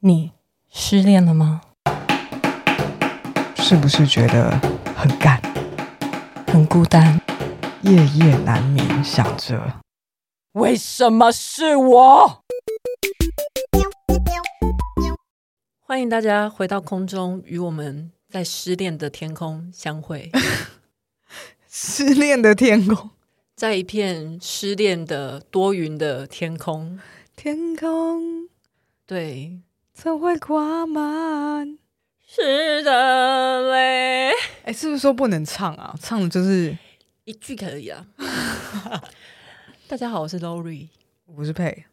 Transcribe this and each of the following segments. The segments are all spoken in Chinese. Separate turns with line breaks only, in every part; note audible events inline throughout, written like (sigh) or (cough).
你失恋了吗？
是不是觉得很干，
很孤单，
夜夜难眠，想着
为什么是我？
欢迎大家回到空中，与我们在失恋的天空相 (laughs) 会，
失恋的天空，
在一片失恋的多云的天空，
天空
对，
怎会挂满？
是的嘞，
哎，是不是说不能唱啊？唱的就是
一句可以啊。 (laughs) 大家好，我是 Lori。
我是配。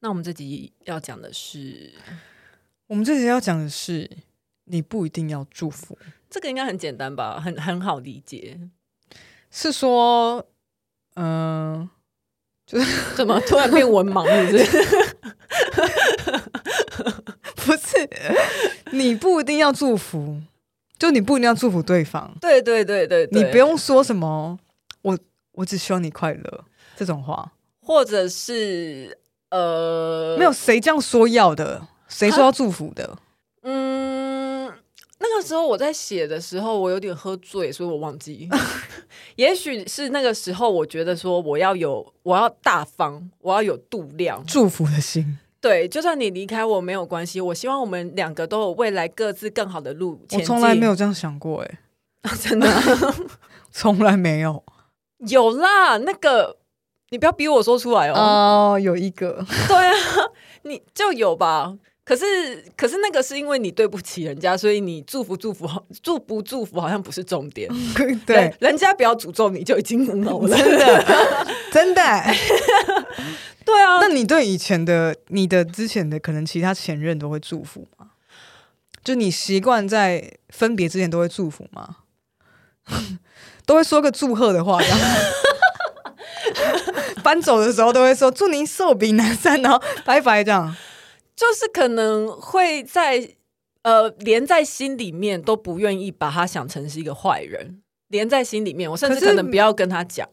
那我们这集要讲的是，
我们这集要讲的是，你不一定要祝福，
这个应该很简单吧，很很好理解。
是说，嗯、
怎么突然变文盲了？是不是
(laughs) 不是，你不一定要祝福，就你不一定要祝福对方，
(laughs) 对对对对对，
你不，用说什么，我我只希望你快乐这种话。
或者是呃，
没有谁这样说要的，谁说要祝福的？
嗯，那个时候我在写的时候，我有点喝醉，所以我忘
(laughs)
记。也许是那个时候，我觉得说我要有，我要大方，我要有度量。
(laughs) 祝福的心，
对，就算你离开我没有关系，我希望我们两个都有未来各自更好的路前
我
进。
从来没有这样想过、欸，哎，
(laughs) 真的啊
从来没有。
(laughs) 有啦，那个你不要逼我说出来哦。
哦，有一个， (laughs)
(laughs) 对啊，你就有吧。可是，可是那个是因为你对不起人家，所以你祝福祝福好，祝不祝福好像不是重点。
嗯对
人，人家不要诅咒你就已经很好了。
(laughs) 真的， (laughs) 真的、欸。
对啊，
(laughs) 那你对以前的、你的之前的，可能其他前任都会祝福吗？就你习惯在分别之前都会祝福吗？ (laughs) 都会说个祝贺的话，然后 (laughs) 搬走的时候都会说“祝您寿比南山”，然后拜拜这样。
就是可能会在呃连在心里面都不愿意把他想成是一个坏人，连在心里面，我甚
可
至
是
可能不要跟他讲，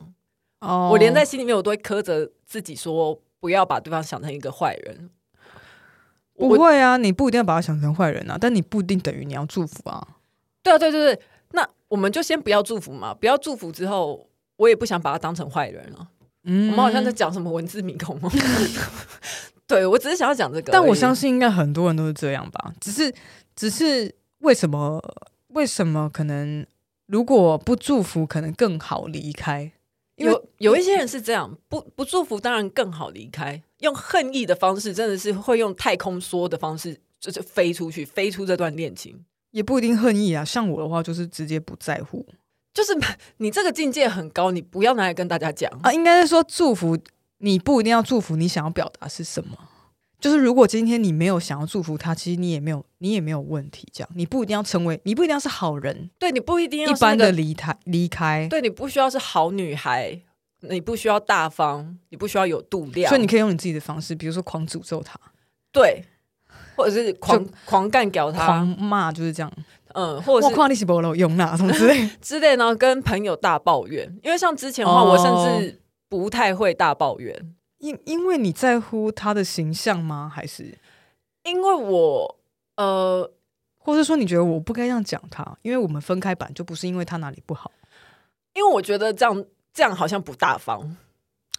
哦
我连在心里面我都会苛责自己说不要把对方想成一个坏人。
不
我
会啊，你不一定要把他想成坏人啊，但你不一定等于你要祝福啊。
对啊，对对对，那我们就先不要祝福嘛，不要祝福之后。我也不想把他当成坏人了。
嗯
我们好像在，讲什么文字迷宫哦。 (laughs) 对，我只是想要讲这个而已。
但我相信应该很多人都是这样吧。只是，只是为什么？为什么可能如果不祝福，可能更好离开？因为
有有一些人是这样，不不祝福当然更好离开，用恨意的方式，真的是会用太空梭的方式，就是飞出去，飞出这段恋情。
也不一定恨意啊。像我的话，就是直接不在乎
嗯就是 (laughs) 你这个境界很高，你不要拿来跟大家讲。
啊。应该是说祝福，你不一定要祝福你想要表达是什么。就是如果今天你没有想要祝福他，其实你也没有，你也没有问题。这样，你不一定要成为，你不一定要是好人，
对你不一定要
一
是那
般
个
的离开离开，
对你不需要是好女孩，你不需要大方，你不需要有度量，
所以你可以用你自己的方式，比如说狂诅咒他，
对，或者是狂狂干掉
狂
他，
骂就是这样，
嗯，或者
我
是
夸你是不漏用啦什么之类
(laughs)
的。
之类，然后跟朋友大抱怨。因为像之前的话，
哦
我甚至不太会大抱怨。
因因为你在乎他的形象吗？还是
因为我呃，
或者说你觉得我不该这样讲他？因为我们分开版就不是因为他哪里不好，
因为我觉得这样这样好像不大方，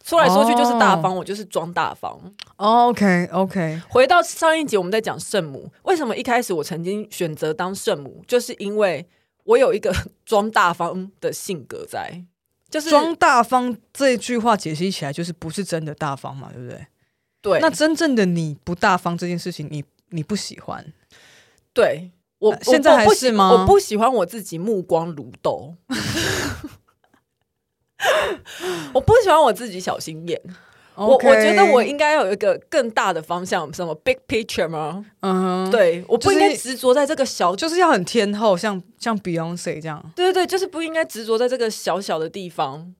说来说去就是大方，我就是装大方。
哦、OK OK，
回到上一集，我们在讲圣母，为什么一开始我曾经选择当圣母，就是因为我有一个 (laughs) 装大方的性格在，就是
装大方这一句话解析起来就是不是真的大方嘛，对不对？
对，
那真正的你不大方这件事情，你你不喜欢，
对我
呃现在
我
还
不喜
是吗
我不喜欢我自己目光如豆， (laughs) 我不喜欢我自己小心眼。我我
OK
觉得我应该要有一个更大的方向，什么 big picture 吗？
嗯哼，
对，我不应该
就是
执着在这个小，
就是要很天后，像像 Beyonce 这样，
对对对，就是不应该执着在这个小小的地方。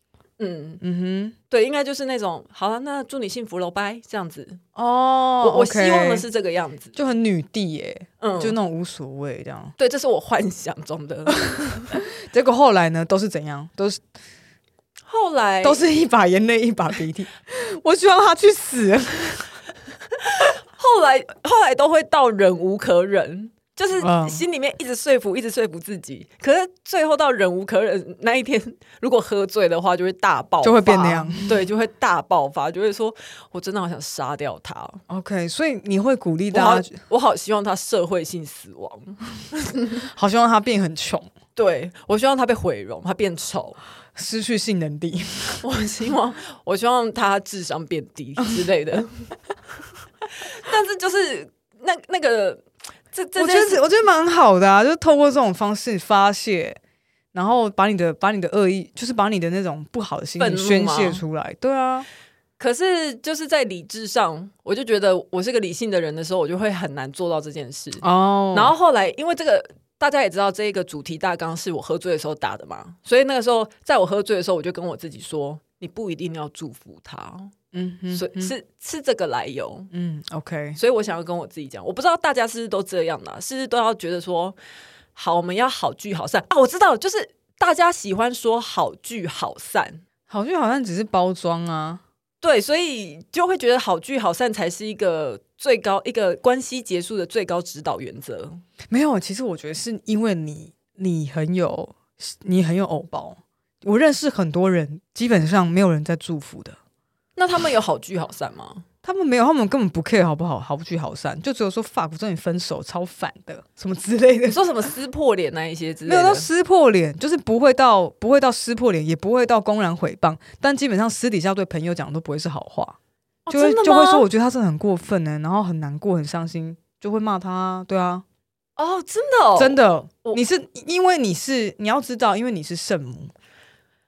嗯，
嗯
对，应该就是那种好了，那祝你幸福喽，拜这样子。
哼，哦
我我
OK
希望的是这个样子。
就很女帝耶、
嗯，
就那种无所谓这样。
对，这是我幻想中
(laughs)
的。
结果后来呢，都是怎样？都是
后来 (laughs)
都是一把眼泪一把鼻涕。我希望他去死。
后后来后来都会到忍无可忍，就是
嗯
心里面一直说服，一直说服自己。可是最后到忍无可忍那一天， (laughs) 如果喝醉的话，就会大爆，
就会变那样，
对，就会大爆发，就会说我真的好想杀掉他哦，
OK，所以你会鼓励
我好
大家，
我好希望他社会性死亡，
好希望他变很穷，
对我希望他被毁容，他变丑， (laughs)
失去性能力。
我希望，我希望他智商变低之类
(laughs)
的。但是就是那那个，这这
我觉
件
得
事
是我觉得蛮好的啊，就是透过这种方式发泄，然后把你的把你的恶意，就是把你的那种不好的心
愤
情
怒
宣
吗
泄出来。对啊，
可是就是在理智上，我就觉得我是个理性的人的时候，我就会很难做到这件事。
哦
然后后来，因为这个大家也知道，这一个主题大纲是我喝醉的时候打的嘛，所以那个时候在我喝醉的时候，我就跟我自己说，你不一定要祝福他，
嗯哼
所以是是这个来由。
嗯 OK，
所以我想要跟我自己讲，我不知道大家是不是都这样啦、是不是都要觉得说，好，我们要好聚好散啊？我知道，就是大家喜欢说好聚好散，
好像好像只是包装啊。
对，所以就会觉得好聚好散才是一个最高一个关系结束的最高指导原则。
没有，其实我觉得是因为你，你很有，你很有偶包。我认识很多人，基本上没有人在祝福的，
那他们有好聚好散吗？
他们没有，他们根本不 care 好不好，好不聚好散，就只有说 fuck，我跟你分手，超烦的，什么之
(laughs)
类的
你。说什么撕破脸那一些之类
没
的？
有到撕破脸，就是不会到不会到撕破脸，也不会到公然诽谤，但基本上私底下对朋友讲的都不会是好话，
哦
就会
真的
就会说
吗
我觉得他真的很过分呢、然后很难过很伤心，就会骂他啊，对啊，
哦，真的、哦，
真
的。
的
我，
你是因为你是你要知道，因为你是圣母，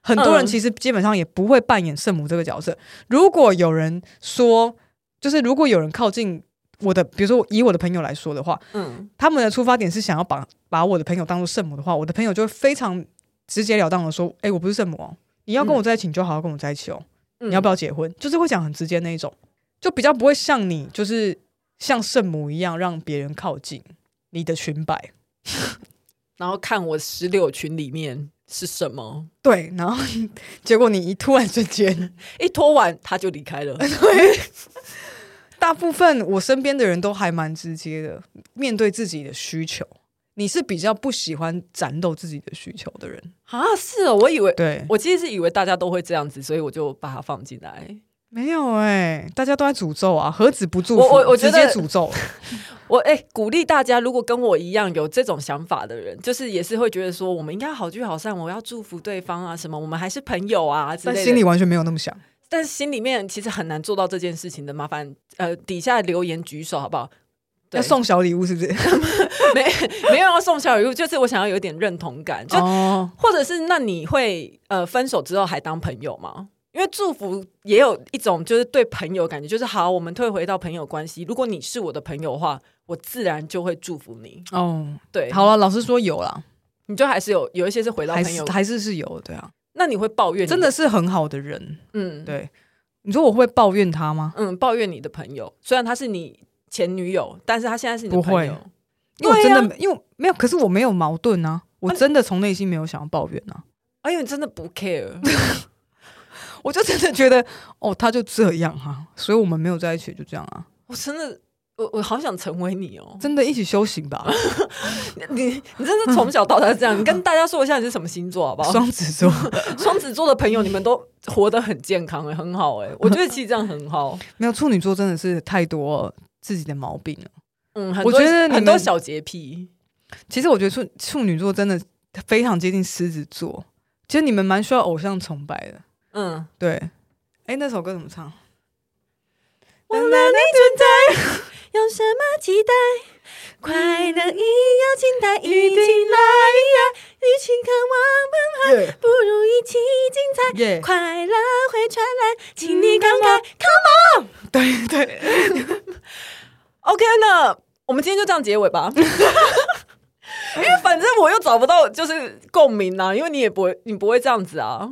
很多人
嗯
其实基本上也不会扮演圣母这个角色。如果有人说，就是如果有人靠近我的，比如说以我的朋友来说的话，
嗯，
他们的出发点是想要把把我的朋友当做圣母的话，我的朋友就会非常直截了当的说：“哎、我不是圣母哦，你要跟我在一起，你就好好跟我在一起哦，
嗯
你要不要结婚？”就是会讲很直接那一种，就比较不会像你就是像圣母一样让别人靠近你的裙摆。
然后看我十六群里面是什么？
对，然后结果你一突然瞬间，
一拖完他就离开
(laughs)
了。
大部分我身边的人都还蛮直接的，面对自己的需求，你是比较不喜欢展露自己的需求的人。
啊，是哦，我以为
对，
我其实是以为大家都会这样子，所以我就把它放进来。
没有哎、大家都在诅咒啊，何止不祝福？
我我我觉得
直接诅咒，
我哎、鼓励大家，如果跟我一样有这种想法的人，就是也是会觉得说，我们应该好聚好散，我要祝福对方啊，什么，我们还是朋友啊之
但
类的。
心里，完全没有那么想。
但是心里面其实很难做到这件事情的。麻烦呃，底下留言举手好不好？对
要送小礼物是不是？ (laughs)
没没有要送小礼物，就是我想要有点认同感，就、
哦，
或者是那你会呃分手之后还当朋友吗？因为祝福也有一种就是对朋友感觉，就是好，我们退回到朋友关系。如果你是我的朋友的话，我自然就会祝福你。
哦，
对，
好了，老师说有啦，
你就还是有有一些是回到
还
朋
是
友，
还是是有，对啊，
那你会抱怨你
真的，是很好的人。
嗯，，
对，你说我会抱怨他吗？
嗯，抱怨你的朋友，虽然她是你前女友，但是她现在是你的
不会
朋友，
因为我
对
真
啊
的、因为我没有，可是我没有矛盾啊，我真的从内心没有想要抱怨啊，
哎呦，你真的不 care， (laughs)
我就真的觉得哦，他就这样啊，所以我们没有在一起就这样啊，
我真的。我我好想成为你哦！ (laughs)
真的一起修行吧，
你你真的从小到大是这样，你跟大家说一下你是什么星座好不好？
双子座。 (laughs)
双子座的朋友，你们都活得很健康哎、很好哎、我觉得其实这样很好。
没有处女座真的是太多自己的毛病了。
嗯，很
我
多
觉得你们
很多小洁癖，
其实我觉得处处女座真的非常接近狮子座，其实你们蛮需要偶像崇拜的。
嗯，
对，哎，那首歌怎么唱？
忘了你存在，有什么期待？快乐一要静待，一起来呀，一起渴望澎
耶
湃，不如一起精彩。
耶，
快乐会传来，请你慷慨，Come on！
嗯对对，
(laughs) OK，那我们今天就这样结尾
(laughs)
吧。因为反正我又找不到就是共鸣啊，因为你也不会，你不会这样子啊。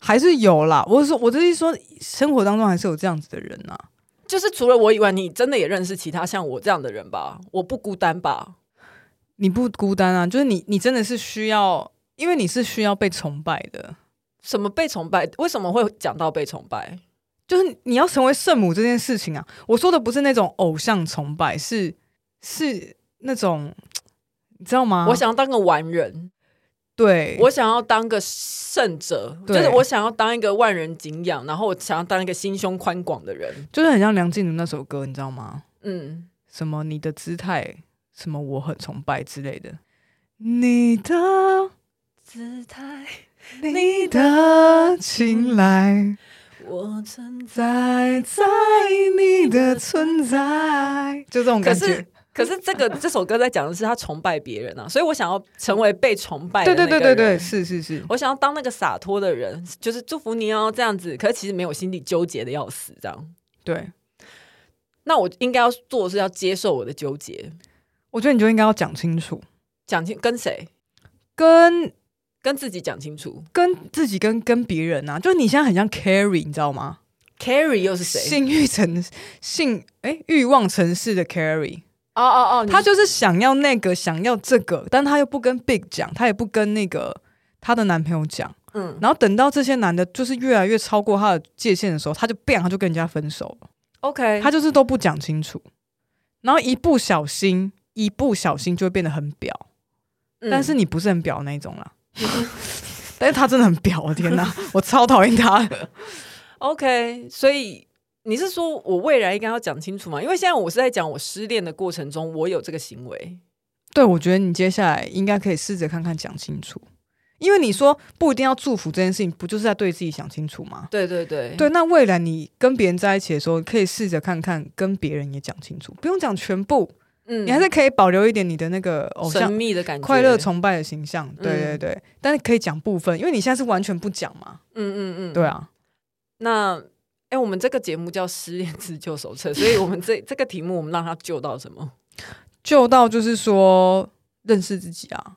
还是有啦。我是说，我就是说，生活当中还是有这样子的人呐、啊
就是除了我以外，你真的也认识其他像我这样的人吧？我不孤单吧？
你不孤单啊，就是你，你真的是需要，因为你是需要被崇拜的。
什么被崇拜？为什么会讲到被崇拜？
就是你要成为圣母这件事情啊，我说的不是那种偶像崇拜，是是那种你知道吗？
我想要当个完人，
啊对
我想要当个圣者，就
对
是我想要当一个万人敬仰，然后我想要当一个心胸宽广的人。
就是很像梁静茹那首歌，你知道吗？
嗯，
什么你的姿态，什么我很崇拜之类的。你的
姿态，
你的青睐，
我存在。
在在你的存在，就这种
可
感觉
是。，可是这
(laughs)
个这首歌在讲的是他崇拜别人啊，所以我想要成为被崇拜的
对
那个
对
人。
对对对，是是是，
我想要当那个洒脱的人，就是祝福你哦，这样子。可是其实没有心里纠结的要死，这样。
对。
那我应该要做的是要接受我的纠结，
我觉得你就应该要讲清楚，
讲清跟谁，
跟
跟自己讲清楚。
跟自己跟跟别人啊，就是你现在很像 Carrie，你知道吗？
Carrie 又是谁？
性欲城性哎欲望城市的 Carrie，
哦哦哦，
他
他
就是想要那个，想要这个，但他又不跟 Big 讲，他也不跟那个她的男朋友讲，
嗯
然后等到这些男的就是越来越超过他的界限的时候，他就变，他就跟人家分手了，
，OK，
他就是都不讲清楚，然后一不小心，一不小心就会变得很婊，
嗯
但是你不是很婊那一种啦。 (laughs) 但是他真的很婊，我
(laughs)
天哪，我超讨厌他的。
OK，所以你是说我未来应该要讲清楚吗？因为现在我是在讲我失恋的过程中，我有这个行为。
对，我觉得你接下来应该可以试着看看讲清楚，因为你说不一定要祝福这件事情，不就是在对自己想清楚吗？
对对对
对，那未来你跟别人在一起的时候，可以试着看看跟别人也讲清楚，不用讲全部，
嗯
你还是可以保留一点你的那个偶
神
像
秘的感觉，
快乐崇拜的形象。对对
嗯
对，但是可以讲部分，因为你现在是完全不讲嘛。
嗯嗯嗯，
对。啊，
那哎、我们这个节目叫《失恋自救手册》，所以我们这这个题目，我们让他救到什么？
就到就是说认识自己啊，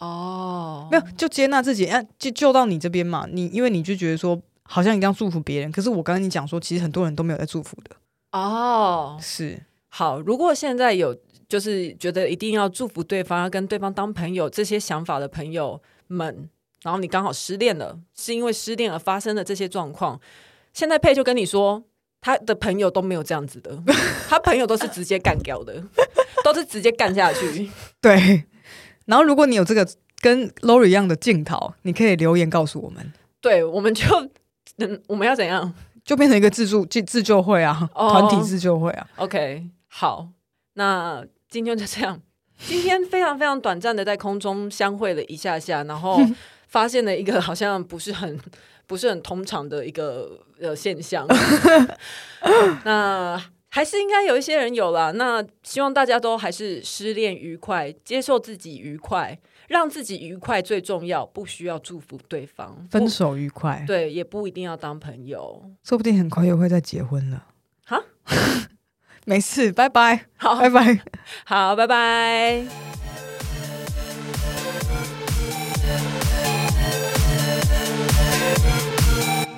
哦
没有就接纳自己，啊，就就到你这边嘛。你因为你就觉得说。好像你刚祝福别人，可是我刚跟你讲说，其实很多人都没有在祝福的。
哦，
是，
好，如果现在有就是觉得一定要祝福对方，要跟对方当朋友这些想法的朋友们，然后你刚好失恋了，是因为失恋而发生的这些状况，现在佩就跟你说。他的朋友都没有这样子的，他朋友都是直接干掉的，都是直接干下去。 (laughs)
对。 (laughs) 然后，如果你有这个跟 Lori 一样的镜头，你可以留言告诉我们。
对，我们就，嗯，我们要怎样？
就变成一个自助自自救会啊，
哦
团体自救会啊。
OK，好，那今天就这样。 (laughs) 今天非常非常短暂的在空中相会了一下下，然
(laughs)
后发现了一个好像不是很 (laughs) 不是很通常的一个呃现
(laughs)
象。那还是应该有一些人有啦。那希望大家都还是失恋愉快，接受自己愉快，让自己愉快最重要，不需要祝福对方。
分
不
手愉快，
对，也不一定要当朋友。
说不定很快又会再结婚了。
哈，
(laughs) 没事，拜拜，
好
拜拜。
好，拜拜。